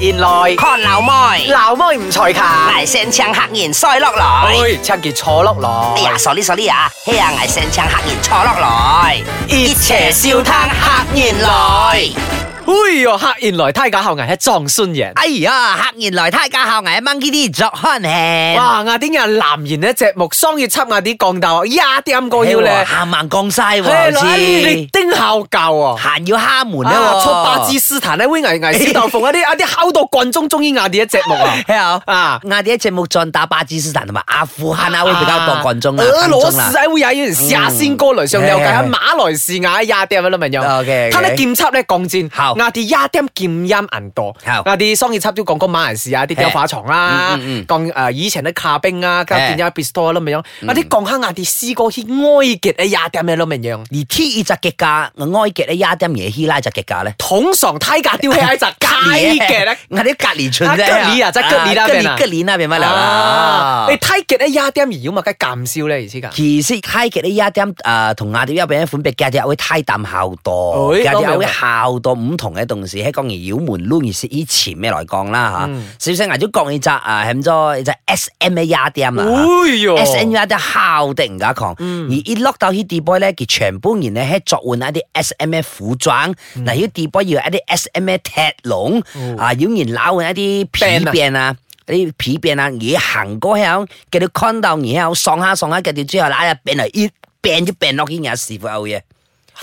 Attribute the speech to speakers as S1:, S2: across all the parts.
S1: 現來，
S2: 看老妹，
S1: 鬧妹唔才勤，
S2: 捱聲槍黑然衰落來。
S1: 哎，趁件坐落
S2: 哎呀
S1: 來，
S2: ，sorry sorry 啊，嘿啊，捱聲槍黑然坐落來，
S1: 熱邪笑
S2: 灘黑然來。
S1: 哎呦，黑現來梯架後牙一撞酸人。
S2: 哎呀，黑然來太家後捱 monkey 啲作看氣。
S1: 哇！雅典人男言呢隻目，雙月插雅典降大一啱過要咧，
S2: 行慢降晒喎，
S1: 係啦
S2: 好
S1: 哎你
S2: 似
S1: 丁孝教啊！
S2: 行要蝦門
S1: 啊！
S2: 啦，
S1: 出巴基斯坦咧，威危危斯豆 腐嗰啲啊啲烤到棍中中意雅典一隻目啊！
S2: 聽下。
S1: 啊！
S2: 嗌啲一隻木杖打巴基斯坦同埋阿富汗啊，會比較多干中啦，
S1: 俄
S2: 干
S1: 罗
S2: 中啦
S1: 斯。喺會有人下先過嚟上有計喺馬來西亞廿點啦，咪有。
S2: OK，OK
S1: 他咧劍輯咧降戰，
S2: 好
S1: 亞啲廿點劍音銀多，
S2: 好
S1: 亞啲雙劍輯都講過馬來西亞啲雕花床啦
S2: 嗯嗯嗯，
S1: 講誒以前啲卡兵啊，加變咗 pistol 啦，咪樣。亞啲降下亞啲詩歌去哀結喺廿點咩咯，咪 樣。
S2: 而 T 二隻極價，埃及咧雅典耶希拉隻極價咧，
S1: 通常梯架丟起喺隻梯嘅咧。
S2: 我啲隔離村啫，
S1: 啊吉里啊即係吉里那邊啊
S2: 吉里那邊乜嚟
S1: 啊
S2: 啦？！
S1: 你梯結喺廿點而要嘛，梗係減少咧，而家。
S2: 其實埃及咧雅典誒同雅典有邊一款比較啲會太淡好多，
S1: 哎
S2: 有
S1: 當然
S2: 啲會好多唔同嘅東西喺講而妖門 l u 以前咩來講啦
S1: 嗯
S2: 嚇，小聲牙都講呢隻啊，係咁多隻 S M 嘅雅典啦。嚇 S N
S1: 哎
S2: U 都好的人家講，而一 lock 到啲 D boy 咧，佢全部人咧喺作換一啲 S M 嘅服裝，嗱要 D boy 要一啲 S M 嘅踢籠，啊要人撈換一啲皮鞭啊。啲皮鞭啊，而行過響，叫你 con 到，然後喪下喪下，跟住之後拉一鞭嚟，一鞭一鞭落去，然後師傅嘔嘢，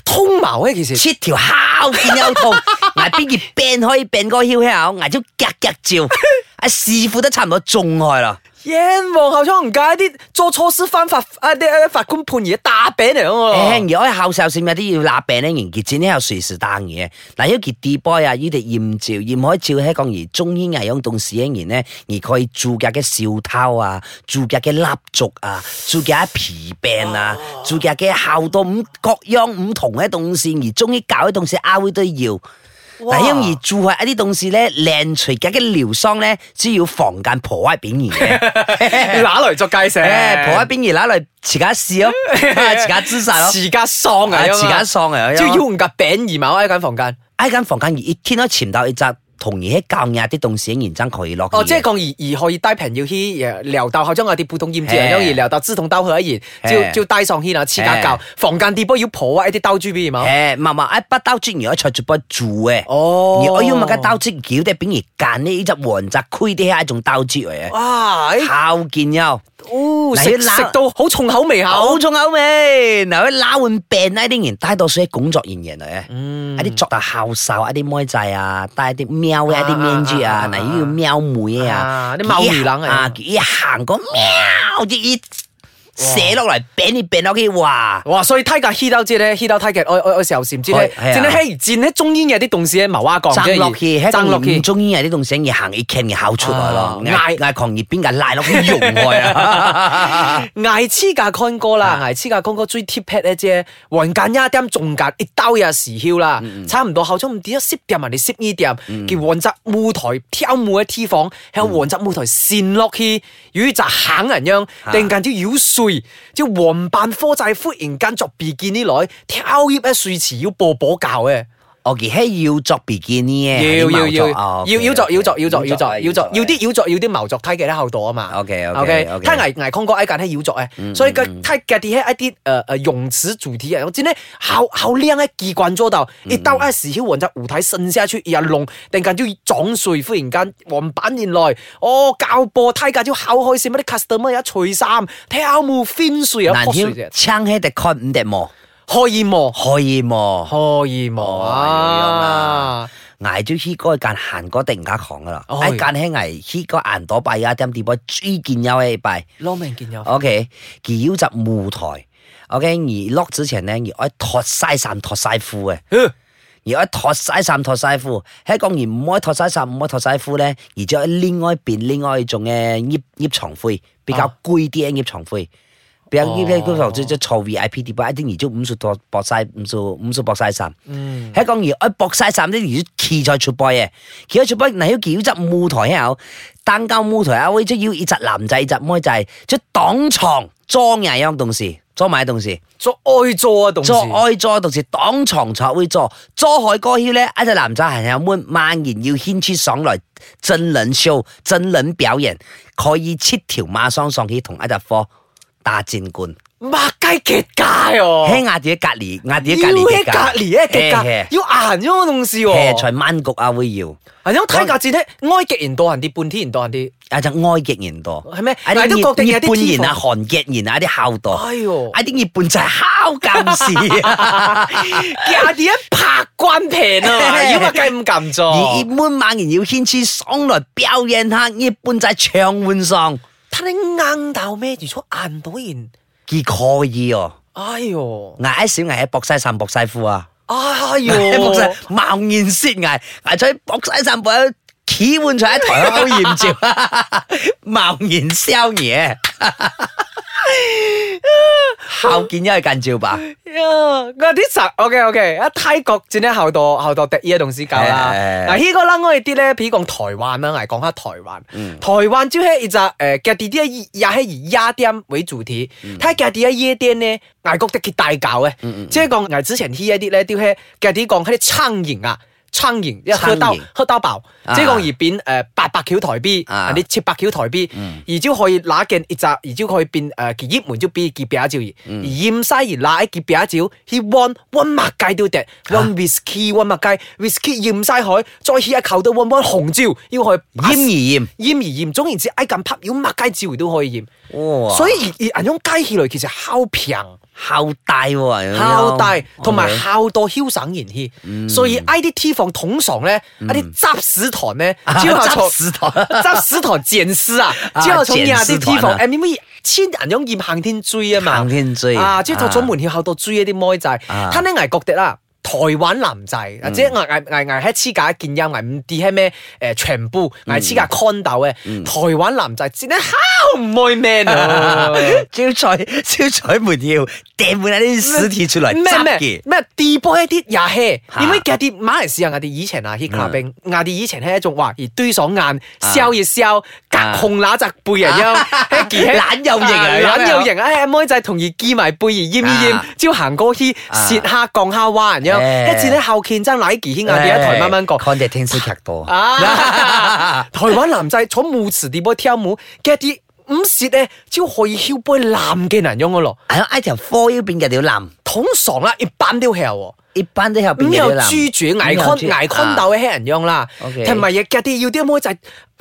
S1: 通毛咧，其實。
S2: 切條烤見又痛，挨邊件鞭可以鞭個翹喺口，挨咗夾夾照，啊師傅都差唔多中開啦。
S1: 冤枉後窗唔解啲做錯事犯法啊啲啊法官判而家打餅嚟喎。
S2: 輕而我後手線有啲要拿病咧，凝結展呢有隨時單嘢。嗱，要結 D boy 啊，呢啲驗照驗海照喺講而中醫係用動事影然咧，而佢做嘅嘅笑偷啊，做嘅嘅蠟燭啊，做嘅皮病啊，做嘅嘅孝道五各樣唔同嘅動事，而中醫搞嘅動事阿會都要。
S1: 哇
S2: 嗱，因而做係一啲動事咧，靚除嘅嘅療傷咧，只要防間婆喺邊而嘅，
S1: 拿嚟作雞食，
S2: 誒婆喺邊而攞嚟自家試咯，自家姿勢咯。
S1: 自家喪
S2: 啊
S1: 嚟，
S2: 自家喪嚟
S1: 即係要唔夾餅而埋我喺間房間。
S2: 喺間房間而一天都潛到一集，同而喺教嘢啲動事然真可以落。
S1: 哦，即係講而而可以帶朋友去誒聊到後將我啲普通驗證，
S2: 嘿
S1: 因而聊到志同道合一然，
S2: 嘿
S1: 照照帶上去啊，黐家教房間啲波要婆啊，一啲兜豬俾嘛。
S2: 誒，唔係唔係，一把刀尖而家才做不做嘅。
S1: 哦
S2: 而我啊要問嘅刀尖叫得變而間呢？呢隻黃澤區啲係一種刀尖嚟嘅，
S1: 哇！哎
S2: 靠見又
S1: 哦，
S2: 嗱
S1: 食
S2: 要揦
S1: 食到好重口味啊口
S2: 好。重口味。嗱，佢拉換病呢啲人，大多數係工作人員嚟嘅。
S1: 嗯
S2: 一啲作大校手，一啲妹仔啊，帶一啲喵嘅一啲面珠啊，嗱呢個喵妹
S1: 啊
S2: 啊，
S1: 啲貓魚冷啊
S2: 啊，佢一行過喵，啲射落嚟，餅你餅落去，哇！
S1: 哇！所以梯架 h 到知咧 h 到梯嘅，我我我時候唔知咧，
S2: 係係啊
S1: 戰咧嘿戰咧中煙有啲動事咧麻哇降，
S2: 爭落去，喺
S1: 爭落
S2: 個
S1: 去
S2: 唔。中意係啲東西，而行越近越考出來咯，
S1: 啊
S2: 嗌嗌狂熱邊架拉落去用開 啊！
S1: 挨黐架 con 哥啦，挨黐架 con 哥追 tip pad 咧啫，還間一點中間一刀也時曉啦，
S2: 嗯
S1: 差唔多後中唔知一攝掂人哋攝呢掂，叫黃澤舞台跳舞嘅 T 房，喺黃澤舞台扇落
S2: 嗯
S1: 去，如就行人樣，
S2: 啊
S1: 突然間啲妖碎，即黃扮科仔忽然間作鼻見呢來，跳入一碎池要播播教嘅。
S2: 我而係要作 bikini 嘅，
S1: 要要
S2: 啲貓
S1: 要
S2: 作哦
S1: 要要作要作要作要作
S2: 啊
S1: 要作要啲要作要啲矛作梯嘅喺後度啊嘛。
S2: OK，OK，OK
S1: 他危危康哥喺間係要作嘅，所以佢梯嘅啲係一啲誒誒用詞主題啊，我知咧好好靚嘅技慣咗到，一到一時曉雲就胡睇信先出一弄，突然間就撞碎，忽然間黃板原來哦教波梯架就好開心，乜啲 customer 一除衫，跳舞翻碎啊，
S2: 難
S1: 撲碎啫，
S2: 添撐起隻 con 五隻毛，
S1: 荷爾蒙
S2: 可以冇。
S1: 荷爾蒙啊
S2: 哦，挨住呢個間行過突然間行噶啦，
S1: 哎
S2: 一間喺挨呢個行多拜啊，點點波追見優喺拜
S1: 攞命見有。
S2: ，OK，佢腰就舞台，OK，而落之前咧，而我脱晒衫脱晒褲嘅。而我一脱晒衫脱晒褲，喺講而唔可以脱晒衫唔可以脱晒褲咧，而再另外一邊另外一種嘅醃醃床灰，比較攰啲嘅醃床灰。比較呢啲嗰頭即即坐 V I P 碟一啲而都唔數脱薄晒，唔數唔數薄晒衫。喺講而我薄晒衫啲而企在出波嘅，企在出波，嗱要企只舞台喺後，單交舞台啊，我即要一隻男仔一隻妹仔，即擋床裝人一樣東西。做埋嘅同時，
S1: 做愛做啊，同時
S2: 做愛做嘅同時，擋床才會做。做海歌曉呢，一隻男仔係有滿蔓延要牽出上來真人 show、真人表演，可以切條馬桑上去同一隻科打戰冠。
S1: 擘雞結界哦，
S2: 喺壓住喺隔離，壓住喺
S1: 要
S2: 隔離
S1: 喺
S2: 嘅架
S1: 隔離一
S2: 嘿
S1: 結
S2: 嘿
S1: 界，要行咗個同事
S2: 嘿除
S1: 喎。
S2: 曼局啊會要，
S1: 係因為睇架戰咧，埃及人多人啲，半天人多人啲，
S2: 啊就埃及人多，
S1: 係咩
S2: 啊
S1: 但
S2: 啲
S1: 係都
S2: 日
S1: 覺得有啲
S2: 日本人
S1: 天
S2: 啊、韓劇人啊啲孝道，
S1: 哎呦
S2: 啊啲日本 就係烤咁事啊，
S1: 廿啲一拍關平啊，要乜雞咁撳
S2: 而
S1: 咗
S2: 日。本猛然要牽出上來表演下日本就係唱換上，
S1: 睇你硬到咩？如果硬到然，
S2: 佢可以哦，
S1: 哎呦，
S2: 捱一小捱喺博西散博西褲啊，
S1: 哎
S2: 喺博西
S1: 呦，
S2: 冒然先捱，捱咗喺博西散博喺企換咗喺台口豔 照，冒然宵 夜。孝見因為近照吧。
S1: 哎我啲實 OK OK，啊泰國戰咧後度後度敵意嘅同事搞啦。
S2: 係
S1: 嗱，呢個啦，我哋啲咧，譬如講台灣啦，我哋講下台灣。
S2: 嗯
S1: 台灣就係一隻誒嘅啲啲以也係以夜店為主題，
S2: 嗯
S1: 睇嘅啲啲夜店咧，我覺得幾大搞嘅。即係講我之前去一啲咧，都係嘅啲講喺啲餐飲啊。餐飲一
S2: 餐
S1: 喝到
S2: 飲
S1: 喝到飽，
S2: 啊
S1: 即係講而變誒八百橋台幣，
S2: 啊
S1: 人哋切八橋台幣，而朝可以拿件一隻，而朝可以變誒佢熱門就變結餅照，而而厭晒而拿一結餅照，去揾揾麥雞都得，揾 whisky 揾麥雞，whisky 厭晒海，再去一球都揾揾紅椒，要去
S2: 奄而厭
S1: 厭而厭，總言之，挨近拍要麥雞照都可以
S2: 哇
S1: 厭，所以而而銀種雞起來其實烤平。
S2: 孝大喎，
S1: 孝大同埋
S2: OK
S1: 孝道僥省言氣，
S2: 嗯
S1: 所以 I D T 房通常咧，一啲執屎堂咧，之後從
S2: 啊執屎堂
S1: 執屎堂剪屍啊，
S2: 啊
S1: 之後從
S2: 剪
S1: 廿
S2: 屍
S1: 啲 T
S2: 團
S1: 房哎
S2: 啊
S1: M V 千人擁厭行天追啊嘛，
S2: 行天追
S1: 啊，之後就
S2: 啊
S1: 咗門竅後到追一啲妹仔，
S2: 啊嗯
S1: 睇你危覺得啦。台灣男仔，或者捱捱捱捱喺黐架見有捱唔知係咩誒全部
S2: 嗯
S1: 捱黐架 condo 嘅台灣男仔，真係好唔愛 man 啊！
S2: 招財招財門要掟滿一啲屍體出嚟
S1: 咩
S2: 執
S1: 咩
S2: 嘅，
S1: 咩地波一啲也
S2: 嚇
S1: hea，因為嘅啲馬來西亞我哋以前啊去 clubbing，我哋以前係一種哇，而堆上眼笑一笑，隔紅那隻背 人樣，係件
S2: 懶有型啊
S1: 懶有型啊！哎妹仔同而見埋背而厭厭厭
S2: 啊，
S1: 朝行過去
S2: 啊
S1: 蝕下降下彎樣，
S2: 誒
S1: 一次咧後見真乃幾軒我哋一台慢慢 講。
S2: 看只天師劇多
S1: À. 啊！台灣男仔坐舞池地波跳舞，嘅啲唔蝕咧，只可以翹杯男嘅人樣嘅咯，
S2: 係咯，喺條科要邊嘅條男，
S1: 通常啦，一般都 hea 喎。
S2: 一般都後邊
S1: 咁
S2: 嘅
S1: 又
S2: 條男。
S1: 豬住捱
S2: 咁又豬
S1: 坤捱坤鬥嘅黑人樣啦
S2: OK，
S1: 同埋亦嘅啲要啲妹仔，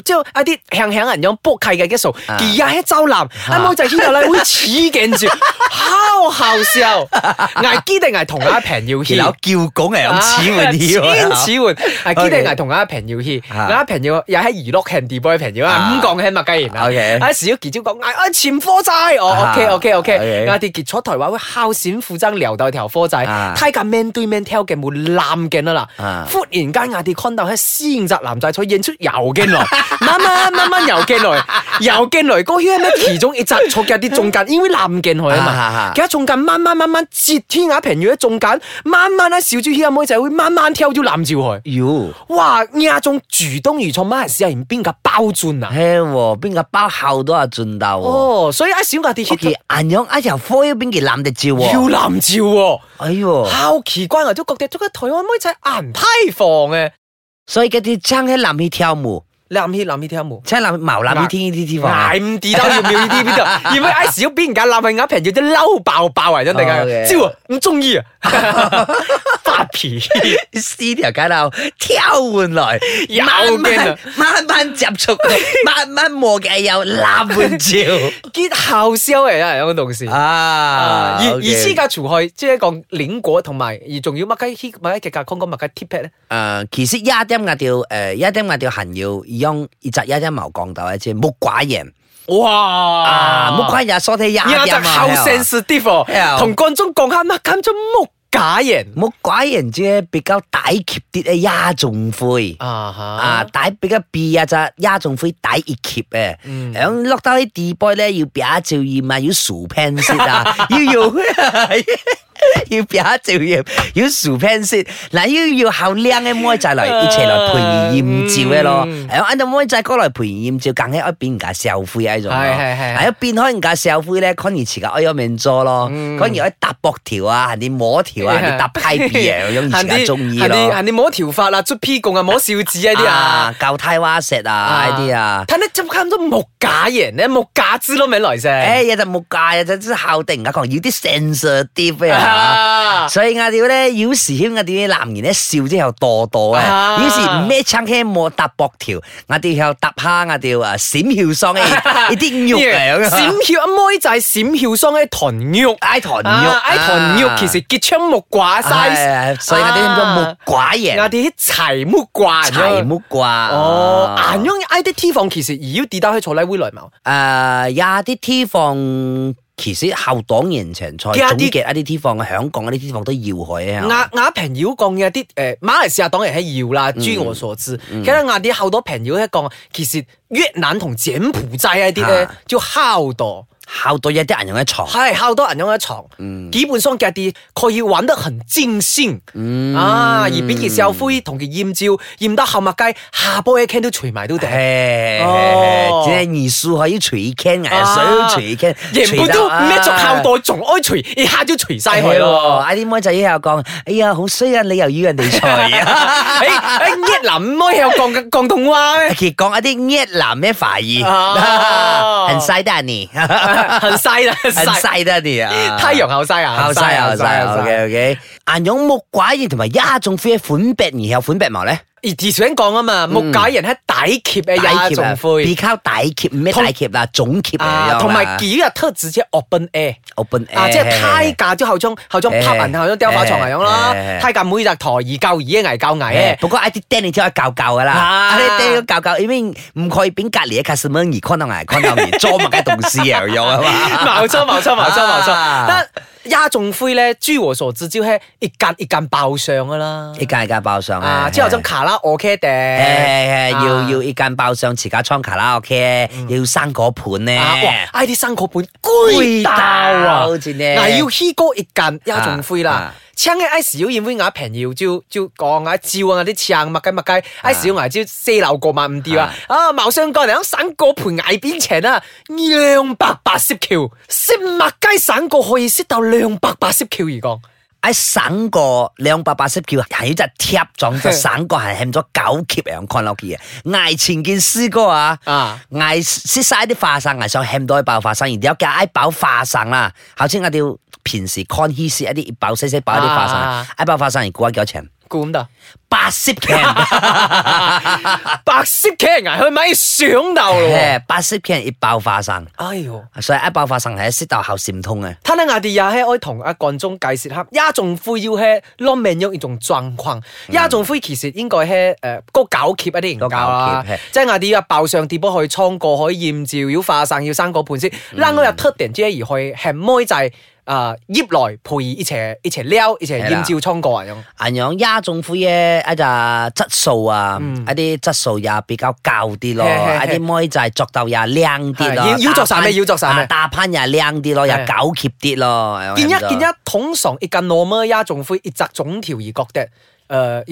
S1: 即係一啲輕輕人樣卜契嘅嘅數，
S2: 啊
S1: 而家喺周南，一妹仔圈又咧會黐鏡住， 好好 笑，捱基定捱同阿平要
S2: 其
S1: 去
S2: 實。我叫拱係
S1: À,
S2: 咁似換 啲
S1: 啊千
S2: 喎，
S1: 似 換，係
S2: OK
S1: 基定係同阿平要去，
S2: 啊
S1: 阿平要又喺娛樂圈 d 波平要啊，
S2: 啊
S1: 五講喺麥雞然
S2: OK
S1: 啊，阿小傑招講嗌啊潛科仔，哦
S2: 啊
S1: OK OK OK，
S2: OK
S1: 阿啲傑坐台話會烤閃褲爭撩到條科仔，
S2: 啊
S1: 睇架 man 對 man 挑嘅冇攬鏡啦
S2: 啊
S1: 忽然間阿啲 condo 喺先集男仔坐認出右鏡來， 慢慢慢慢右鏡來，右鏡來嗰圈咩其中一集坐嘅啲中間，因為攬鏡佢啊
S2: 啊啊
S1: 嘛
S2: 啊，
S1: 而家中間慢慢慢慢截天下平要喺中間，慢慢咧小豬圈阿妹仔會慢慢挑住攬住佢。
S2: 妖。
S1: 哇！呢一種主動如從馬來西亞人邊個包轉啊？
S2: 嘿喎，邊個包後都係盡到喎。
S1: 哦，所以阿小亞啲 hit
S2: 其銀樣一條科要邊嘅男嘅照
S1: 要
S2: 喎。
S1: 攬照喎，
S2: 哎呦！
S1: 好奇怪啊！都覺得做個台灣妹仔硬批放嘅，
S2: 所以嗰啲撐喺男去跳舞，
S1: 攬起攬起聽冇。
S2: 撐男毛男去天天天房。
S1: 挨唔掂都要秒呢啲邊度，而咪挨少俾人家攬係眼平要啲嬲爆爆啊！真定啊，
S2: Okay
S1: 招啊唔中意啊，發脾氣
S2: 呢條街道挑換來，
S1: 有
S2: 慢
S1: 嘅
S2: 慢慢慢接觸，慢慢磨嘅有攬換照
S1: 結後消嚟啊！有個同事。
S2: 啊 À,
S1: 而而私家除去，即係講領果同埋，而仲要乜雞乜雞嘅 c o 乜雞 tip pad 咧？
S2: 誒，其實一點我條誒一點我條痕要用一隻一點毛講到一隻木寡人
S1: 哇！
S2: 啊，木寡人所睇一點
S1: 而家就後 sensitive 喎
S2: 啊
S1: 同觀眾講下乜咁做木假人
S2: 木寡人啫比較抵貼啲嘅一種灰。
S1: 啊哈
S2: 啊，帶比較避啊，咋呀仲會帶熱貼嘅，
S1: 嗯
S2: 響 落到啲 D boy 咧要比一照二嘛，要薯 pen 先啊，要用 要表就要要薯片先，嗱要要後靚嘅妹仔嚟一齊嚟陪你豔照嘅咯，係啊，啱妹仔過嚟陪你豔照，梗係一邊人家社會喺度咯，
S1: 係係係
S2: 係一邊開人家社會咧，可以自己愛有面做咯，可以愛搭膊條啊，人哋摸條啊，人哋搭 派別啊，咁而家中意
S1: 行 啲
S2: 咯，
S1: 行啲摸條髮啊，捽 P 共啊，摸笑子啊啲啊。，
S2: 教胎蛙石啊，呢啲啊。
S1: 睇你咁咁多木架人咧，木架子都未來啫。
S2: 诶，有就冇計，有就校定啊，講要啲 sensitive 啊。
S1: 啊
S2: 所以我哋咧，有時興我哋啲男人咧笑之後墮墮啊，
S1: 啊
S2: 有時唔咩撐起冇搭膊條，我哋又搭下我哋啊閃耀桑 嘅一啲肉嚟咁
S1: 閃
S2: 樣，
S1: 耀一妹仔閃耀桑喺豚肉，
S2: 挨糖肉
S1: 啊，喺豚肉其實結槍木掛晒，
S2: 係所以我哋咁多木寡
S1: 我
S2: 嘢，
S1: 哋啲柴木掛咗
S2: 柴木掛
S1: 哦，顏用挨啲 T 房其實而要跌到去坐喺會內冇，
S2: 誒有啲 T 房其實後黨人場賽
S1: 嘅一啲
S2: 總結一啲 T 房，香港一啲 T 房都要佢啊。
S1: 亞亞平妖講嘅啲誒馬來西亞當然係要啦，據我所知，其實亞啲好多平妖一講，其實越南同柬埔寨一啲咧
S2: 啊
S1: 叫烤多。
S2: 校到有啲人用一床，
S1: 係好多人用一床，基本上嘅啲佢要玩得很精先，啊，而俾件小灰同佢豔照，豔得後麥雞下波嘢 can 都除埋都頂，
S2: 嘿
S1: 哦
S2: 即係二叔可以隨 can 啊，
S1: 啊
S2: 水都隨 can，
S1: 原本都咩做孝代仲哀除，一下就除晒佢咯。
S2: 啊啲妹仔又講，哎呀好衰啊，你又要人哋 除啊。
S1: 誒誒，越南妹又講廣東話 咩？
S2: 其實講一啲越南嘅法語，
S1: 哦
S2: 很晒得你，
S1: 很晒啦，很
S2: 很
S1: 晒，
S2: 晒得你啊！
S1: 太陽後晒啊，
S2: 後晒後晒
S1: 後
S2: ，OK OK。顏勇木寡然同埋一種非款 別，然後款別毛咧，
S1: 而之前講啊嘛，木解人係底劫嘅也仲
S2: 比
S1: 灰
S2: 靠底揭，唔咩
S1: 同
S2: 底揭啦，總揭嚟
S1: 啊，
S2: 㗎
S1: 同
S2: 嘛
S1: 埋幾日特直接 open air。
S2: open air
S1: 啊，即係胎價之後將後將
S2: 誒
S1: 拍人後將雕化床嚟樣啦
S2: 誒，
S1: 胎價每日抬二嚿二嘅危夠
S2: 诶
S1: 危，。
S2: 不過 I D 釘你只可以教教噶啦
S1: 啊
S2: ，I D 釘教教，因為唔可以俾隔離嘅 customer 而 con 到牙 con 到 面，裝埋嘅同事又有啊嘛。
S1: 冇錯冇錯冇錯冇錯，
S2: 啊
S1: 但亞仲灰咧，據我所知就係一間一間爆上噶啦，
S2: 一間一間爆上
S1: 啊
S2: 啊，
S1: 之後將卡拉 OK 啊
S2: 誒誒
S1: 嘅，
S2: 要要一間爆上，持家倉卡拉 OK，要生果盤咧。
S1: 啊哇！I D 生果盤攰到啊，
S2: 攰到真係
S1: 嗱要 he 哥一間亞仲灰啦
S2: 啊。
S1: 請嘅 I 時要演會牙平要照照講啊，照啊啲撐麥雞麥雞，I 時要牙照四樓過萬唔掉啊！啊，茅上過嚟響省過盤崖邊斜啊，兩百八十橋，食麥雞省過可以識到兩百八十橋而講，
S2: 喺哎省個兩百八十叫係只貼咗，就省個係欠咗九揭樣 con 落嘅嘢。挨前件師哥啊！
S1: 啊
S2: 嗌識晒啲化生，嗌想 ham 到一爆化生，然之後嗌爆化生啦。頭先我哋平時 con 稀釋一啲爆細細爆一啲化
S1: 啊
S2: 生，一爆化生而估下幾多錢？
S1: 估唔到，
S2: 八 十錢，
S1: 八十騎崖去咪上到咯，
S2: 八十錢一爆化生，
S1: 哎呦！
S2: 所以一爆化生係識到後閃通嘅。
S1: 他呢我哋也係可以同阿幹中介紹下，一種灰要係攞命用一種狀況，一種灰其實應該係誒個搞揭一啲研究啦
S2: 嗰個搞揭係，
S1: 即係我哋啊爆上跌波去倉過可以驗照，要化生要生個盤先，嗱我有特定之一而去係妹仔啊入來陪一齊一齊撩一齊
S2: 係啦
S1: 驗照倉過啊樣，
S2: 銀樣丫種灰嘅一隻質素啊，
S1: 嗯
S2: 一啲質素也比較高啲咯，
S1: 係係係
S2: 一啲妹仔作鬥也靚啲咯，
S1: 係要要作散咩
S2: 打攀
S1: 要作散咩
S2: 啊打攀也靚啲咯，又
S1: 係
S2: 糾結啲咯。
S1: 見一
S2: 係咪
S1: 見一通常一間 normal 一種灰一隻總條而覺得誒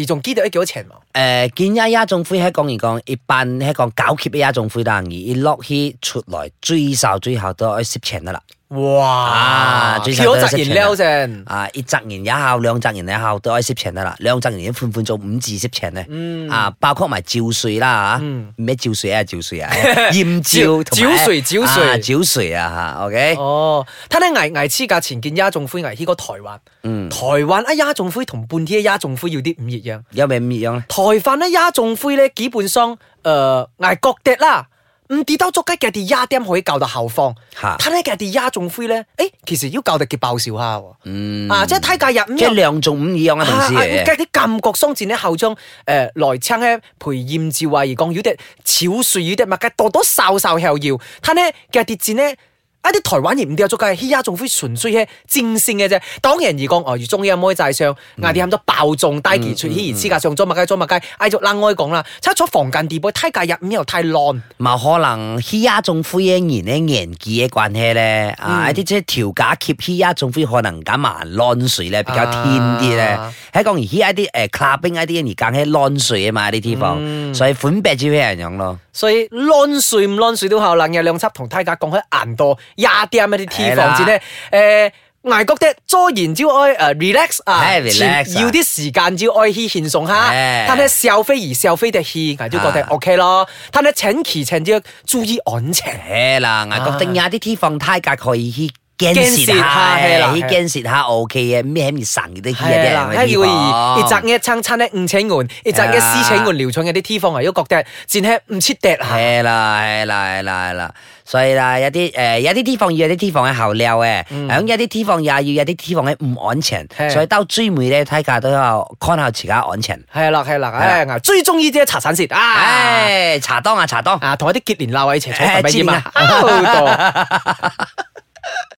S1: 而仲記得一幾多錢冇？
S2: 誒、見一一種灰喺講而講，一般喺講搞協一一種灰但而一落去出來最少最後都可以蝕錢得啦。
S1: 哇！
S2: 啊最實都
S1: 幾
S2: 係
S1: 多隻
S2: 識錢
S1: 燃
S2: 啊
S1: 料先？
S2: 啊，一責人一孝，兩責人一孝都可以蝕錢得啦。兩責人一款款做五字蝕錢咧。啊，包括埋照税啦嚇，咩、照税啊照税啊，驗照同埋
S1: 照水照水
S2: 啊照税啊嚇，OK。
S1: 哦，睇睇危危黐價前見丫仲灰危呢個台灣，
S2: 嗯
S1: 台灣啊丫仲灰同半天丫仲灰要啲唔一樣。
S2: 有咩唔一樣咧？
S1: 台灣咧丫仲灰咧基本上呃誒危角跌啦，唔跌到足雞嘅啲丫點可以教到後方。
S2: 嚇
S1: 睇睇嘅啲丫仲灰咧，誒其實要教得嘅爆笑下喎。啊，即係睇價入五
S2: 嗯即係兩種唔一樣嘅同事嚟嘅。
S1: 嘅啲感覺相戰咧後將誒來撐咧陪豔照啊而講要啲潮水要啲物嘅多多少少後要，但咧嘅啲戰咧。一啊啲台灣人唔掉咗嘅，依家仲非純粹係戰線嘅啫。當然而講，哦，如中央妹在上，嗌啲喊咗爆中低級出，依而黐架上咗物雞咗物雞，嗌咗冷愛講啦，差咗房間地步，太介入面又太爛。
S2: mà có thể khi á trung phu yên nhiên cái nghiền kỹ cái quan hệ này à cái cái điều giả kiếp khi á trung phu có thể giảm mà lăn suy này, bị cao thiên đi này, hay còn khi á cái cái clubbing cái cái người càng cái lăn suy mà cái địa phương, so với phun bẹt chỉ phải là như vậy.
S1: 所以攣水唔攣水都好，能有兩輯同大家講喺硬度廿啲一啲 T
S2: 係
S1: 房
S2: 啦
S1: 子咧，誒。捱覺得做然之後愛誒 relax 啊，
S2: 係 relax 啊
S1: 要啲時間之後愛去獻送下
S2: 係，
S1: 但係消費而消費得去，捱就覺得
S2: 啊
S1: OK 咯。但係請期請之後注意安全。
S2: 係啦，
S1: 啊
S2: 我覺得有啲天放太格可以去驚
S1: 驚
S2: 蝕
S1: 蝕下
S2: 下，
S1: 係啦
S2: 去
S1: 係
S2: 驚蝕下 OK 嘅，咩咁熱神嘅都去
S1: 係啦，喺要而而
S2: 嘅
S1: 擲一餐餐咧五千元，而擲一四千元療寵嘅啲 T 房嚟，都覺得戰係唔切跌下。
S2: 係啦，係啦，係啦，係啦，所以啦，有啲誒，有啲天放要有啲天放喺後料嘅，咁有啲天放也要有啲天放喺唔安全
S1: 係，
S2: 所以到追尾咧，睇價都有看下自己安全。
S1: 係啦係啦，
S2: 係
S1: 誒，最中意啲茶產線啊！
S2: 唉，茶當啊，茶當。
S1: 啊，同一啲結連鬧喺一齊坐
S2: 誒
S1: 份俾
S2: 知
S1: 煙啊，
S2: 啦
S1: 好多。